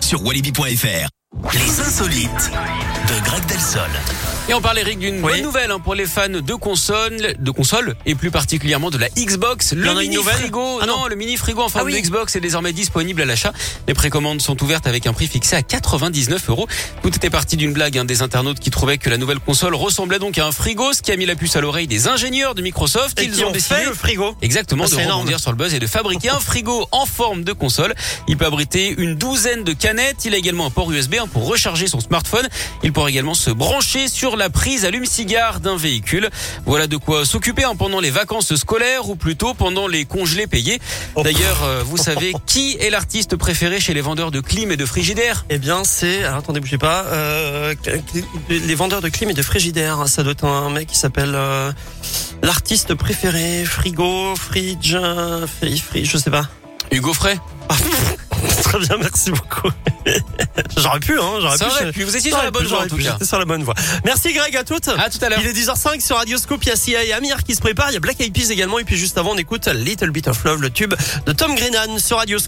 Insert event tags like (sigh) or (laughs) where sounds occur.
sur walibi.fr. Les insolites de Greg Delsol. Et on parle Eric d'une Oui. bonne nouvelle hein, pour les fans de consoles, de consoles et plus particulièrement de la Xbox. y en Le a une mini nouvelle frigo, Ah non, non. le mini frigo en forme Ah oui. de Xbox est désormais disponible à l'achat. Les précommandes sont ouvertes avec un prix fixé à 99 euros. Tout était parti d'une blague hein, des internautes qui trouvaient que la nouvelle console ressemblait donc à un frigo, ce qui a mis la puce à l'oreille des ingénieurs de Microsoft. Et Ils qui ont décidé fait le frigo. Exactement, Ah, de c'est rebondir énorme. sur le buzz et de fabriquer un frigo en forme de console. Il peut abriter une douzaine de canettes. Il a également un port USB hein, pour recharger son smartphone. Il pourra également se brancher sur la prise allume-cigare d'un véhicule. Voilà de quoi s'occuper hein, pendant les vacances scolaires ou plutôt pendant les congelés payés. Oh. D'ailleurs, euh, (laughs) vous savez qui est l'artiste préféré chez les vendeurs de clim et de frigidaire Eh bien, c'est. alors, attendez, bougez pas. euh, les vendeurs de clim et de frigidaire. Ça doit être un mec qui s'appelle. euh, L'artiste préféré, frigo, fridge, euh, fri, fri- je sais pas. Ah, Hugo Frey. (laughs) Très bien, merci beaucoup. (laughs) j'aurais pu, hein, j'aurais Ça pu. aurait je- pu. Vous étiez sur j'aurais la bonne pu, voie en j'aurais tout pu, cas. Ah, J'étais sur la bonne voie. Merci Greg, à toutes. À tout à l'heure. Il est 10h05 sur Radioscope, il y a Sia et Amir qui se préparent, il y a Black Eyed Peas également, et puis juste avant on écoute Little Bit of Love, le tube de Tom Grennan sur Radioscope.